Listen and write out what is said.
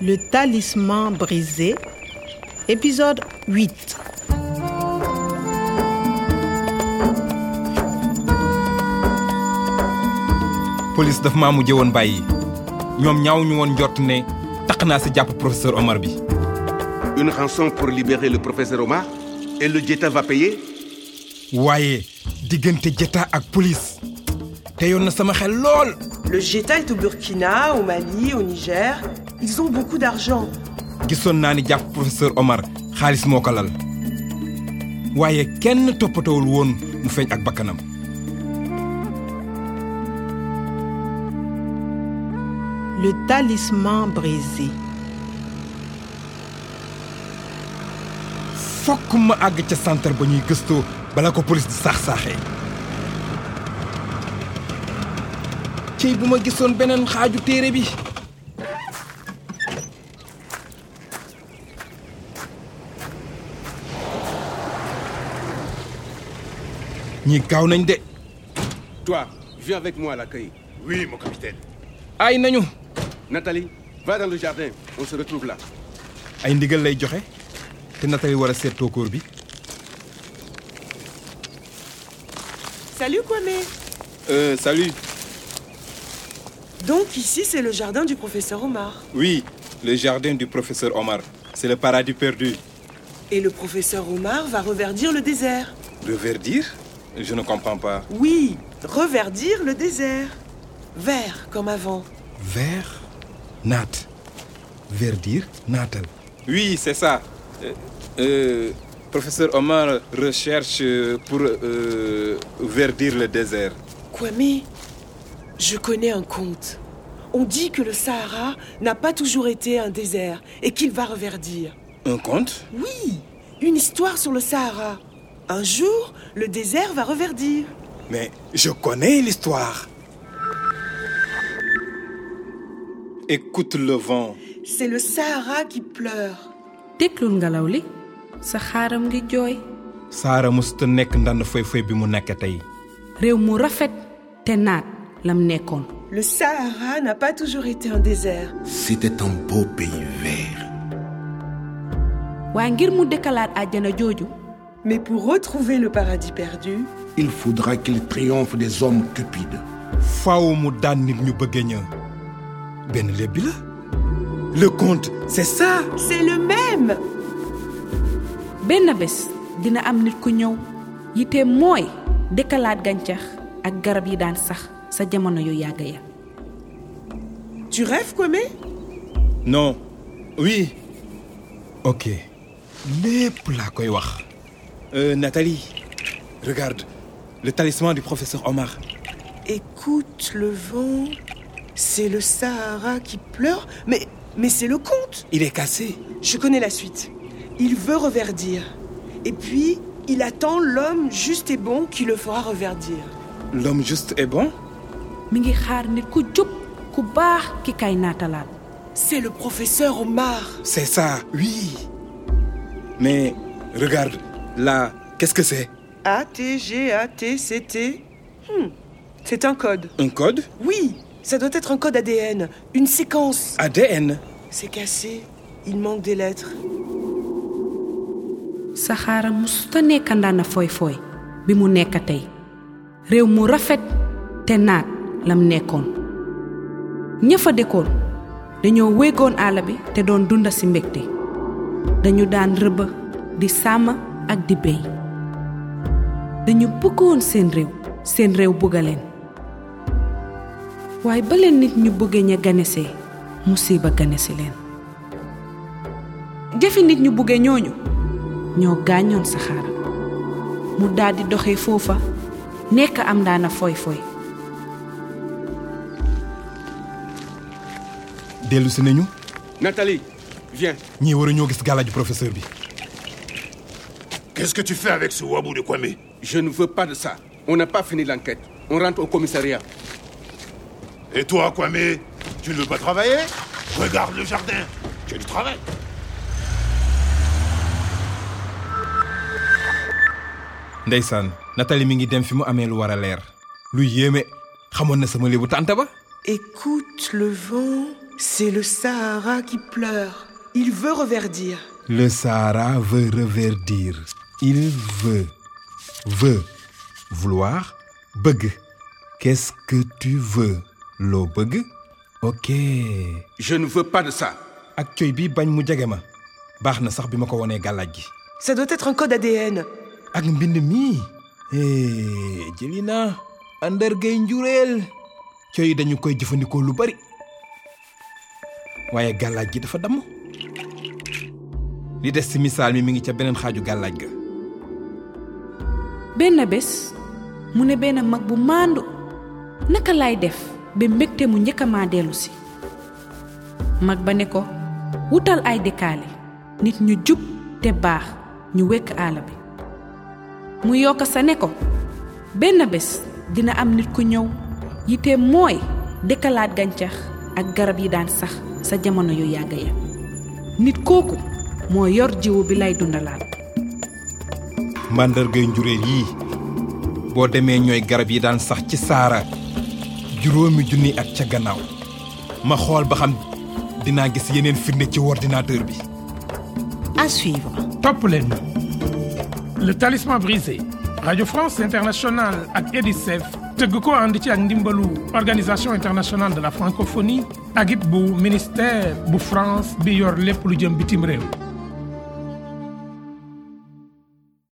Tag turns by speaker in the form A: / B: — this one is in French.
A: Le talisman brisé, épisode 8.
B: police daf maa mujjee woon bàyyi ñoom ñaawuñu woon njort ne taq naa si jàpp professeur Omar bi
C: Une rançon pour libérer le professeur Omar Et le Jetta va payer
B: waaye diggante Jetta ak police te yoon na sama xel lool
D: Le Jeta est au Burkina, au Mali, au Niger. Ils ont beaucoup d'argent.
B: gisoon naa ni jàpp professeur Omar xaalis moo ko lal waaye kenn toppatawul woon mu feeñ ak bakkanam
A: Le talisman brisé.
B: fokk ma àgg ca centre ba ñuy gëstoo bala ko police di saax-saaxee cey bu ma gisoon beneen xaaju téere bi ñi gaaw nañ de
C: Toi, viens avec moi à l'accueil.
E: Oui, mon capitaine.
B: ay nañu
C: Nathalie, va dans le jardin. On se retrouve là.
B: ay ndigal lay joxe te Nathalie war a seet tookóor bi
D: Salut Kwame
E: Euh, salut.
D: Donc ici c'est le jardin du professeur Omar.
E: Oui, le jardin du professeur Omar. C'est le paradis perdu.
D: Et le professeur Omar va reverdir le désert.
E: Reverdir Je ne comprends pas.
D: Oui, reverdir le désert. Vert comme avant.
B: vert naat verdir naatal
E: Oui, c'est ça. Euh, euh, professeur Omar recherche euh, pour euh, verdir le désert.
D: Kwame, je connais un conte. On dit que le Sahara n'a pas toujours été un désert et qu'il va reverdir.
E: Un conte
D: Oui, une histoire sur le Sahara. Un jour, le désert va reverdir.
E: Mais je connais l'histoire. Écoute le vent.
D: C'est le Sahara qui pleure.
F: déglul ngelaw li sa xaaram ngi jooy
B: saara mësuta nekk ndànd foy foy bi mu nekk tey
F: réew mu rafet te naat lam nekkoon
D: Le Sahara n'a pas toujours été un désert.
G: C'était un beau pays vert.
F: waaye ngir mu dëkkalaat àjjana jooju
D: Mais pour retrouver le paradis perdu,
G: Il faudra qu'il triomphe des hommes cupides.
B: faaw mu daan nit ñu bëgge ña benn léeb bi la
E: Le conte, c'est ça
D: c'est le même.
F: benn bés dina am nit ku ñëw yite mooy dëkkalaat gàncax ak garab yi daan sax sa jamono yu yàgg ya
D: Tu rêves, Kwame
E: Non. Oui,
B: ok lépp laa koy wax
E: Euh, Nathalie, regarde, le talisman du professeur Omar.
D: Écoute le vent. C'est le Sahara qui pleure. Mais, mais c'est le conte.
E: Il est cassé.
D: Je connais la suite. Il veut reverdir. Et puis, il attend l'homme juste et bon qui le fera reverdir.
E: L'homme juste est bon
F: mi ngi xaar nit ku jub ku baax ki kay naatalaat
D: C'est le professeur Omar.
E: C'est ça, oui. Mais regarde, là, qu'est-ce que c'est
D: A, T, G, A, T, C, T. Hmm. C'est un code.
E: Un code
D: Oui, ça doit être un code ADN, une séquence.
E: ADN
D: C'est cassé, il manque des lettres.
F: sa xaaram musuta nekk ndaana foy foy bi mu nekk tey réew mu rafet te naat lam nekkoon ña fa dëkkoon dañoo wéegoon àll bi te doon dunda ci mbégte dañu daan rëbb di sàmm ak di béy dañu bëggoon seen réew seen réew bëgga leen waaye ba leen nit ñu bëggee ña ganesee musiba ganesi leen jëfi nit ñu bëggee ñooñu ñoo gaañoon saxaar mu daldi doxee foofa nekk am daana foy foy
B: dellu si nañu
C: Nathalie, viens.
B: ñii waruñoo gis gàllaaju professeur bi
G: Qu'est-ce que tu fais avec ce wabou de Kwame
C: Je ne veux pas de ça. On n'a pas fini l'enquête. On rentre au commissariat.
G: Et toi, Kwame Tu ne veux pas travailler Regarde le jardin. Tu as du travail.
B: ndeysaan Nathalie mi ngi dem fi mu amee lu war a leer lu yéeme xamoon na sama léebu tànta ba
D: Écoute le vent. C'est le Sahara qui pleure. Il veut reverdir.
B: Le Sahara veut reverdir. Il veut. Veut. Vouloir. Bug. Qu'est-ce que tu veux? Lo bug? Ok.
C: Je ne veux pas de ça.
B: ak coy bi bañ mu jege ma baax na sax bi ma ko wonee gàllaaj gi
D: Ça doit être un code ADN.
B: ak mbind mii Eh, jëli naa andargay njureel coy dañu koy jëfandikoo lu bari waaye gàllaaj gi dafa damm li des ci misaal mi mi ngi ca beneen xaaju gàllaaj ga
F: benn bés mu ne benn mag bu maandu naka laay def ba mbégte mu njëkk a maa dellu si mag ba ne ko wutal ay dëkkaale nit ñu jub te baax ñu wekk àll bi mu yokk sa ne ko benn bés dina am nit ku ñëw yite mooy dëkkalaat gàncax ak garab yi daan sax sa jamono yu yàgg ya nit kooku moo yor jiwu bi lay dundalaat
B: màndargay njureel yii boo demee ñooy garab yi daan sax ci saara juróomi junni at ca gannaaw ma xool ba xam dinaa gis yeneen firnde ci ordinateur bi
A: À suivre.
H: Top leen le talisman brisé radio france internationale ak edicef tëgg ko ànd ci ak ndimbalu organisation internationale de la francophonie ak it bu ministère bu france bi yor lépp lu jëm bitim réew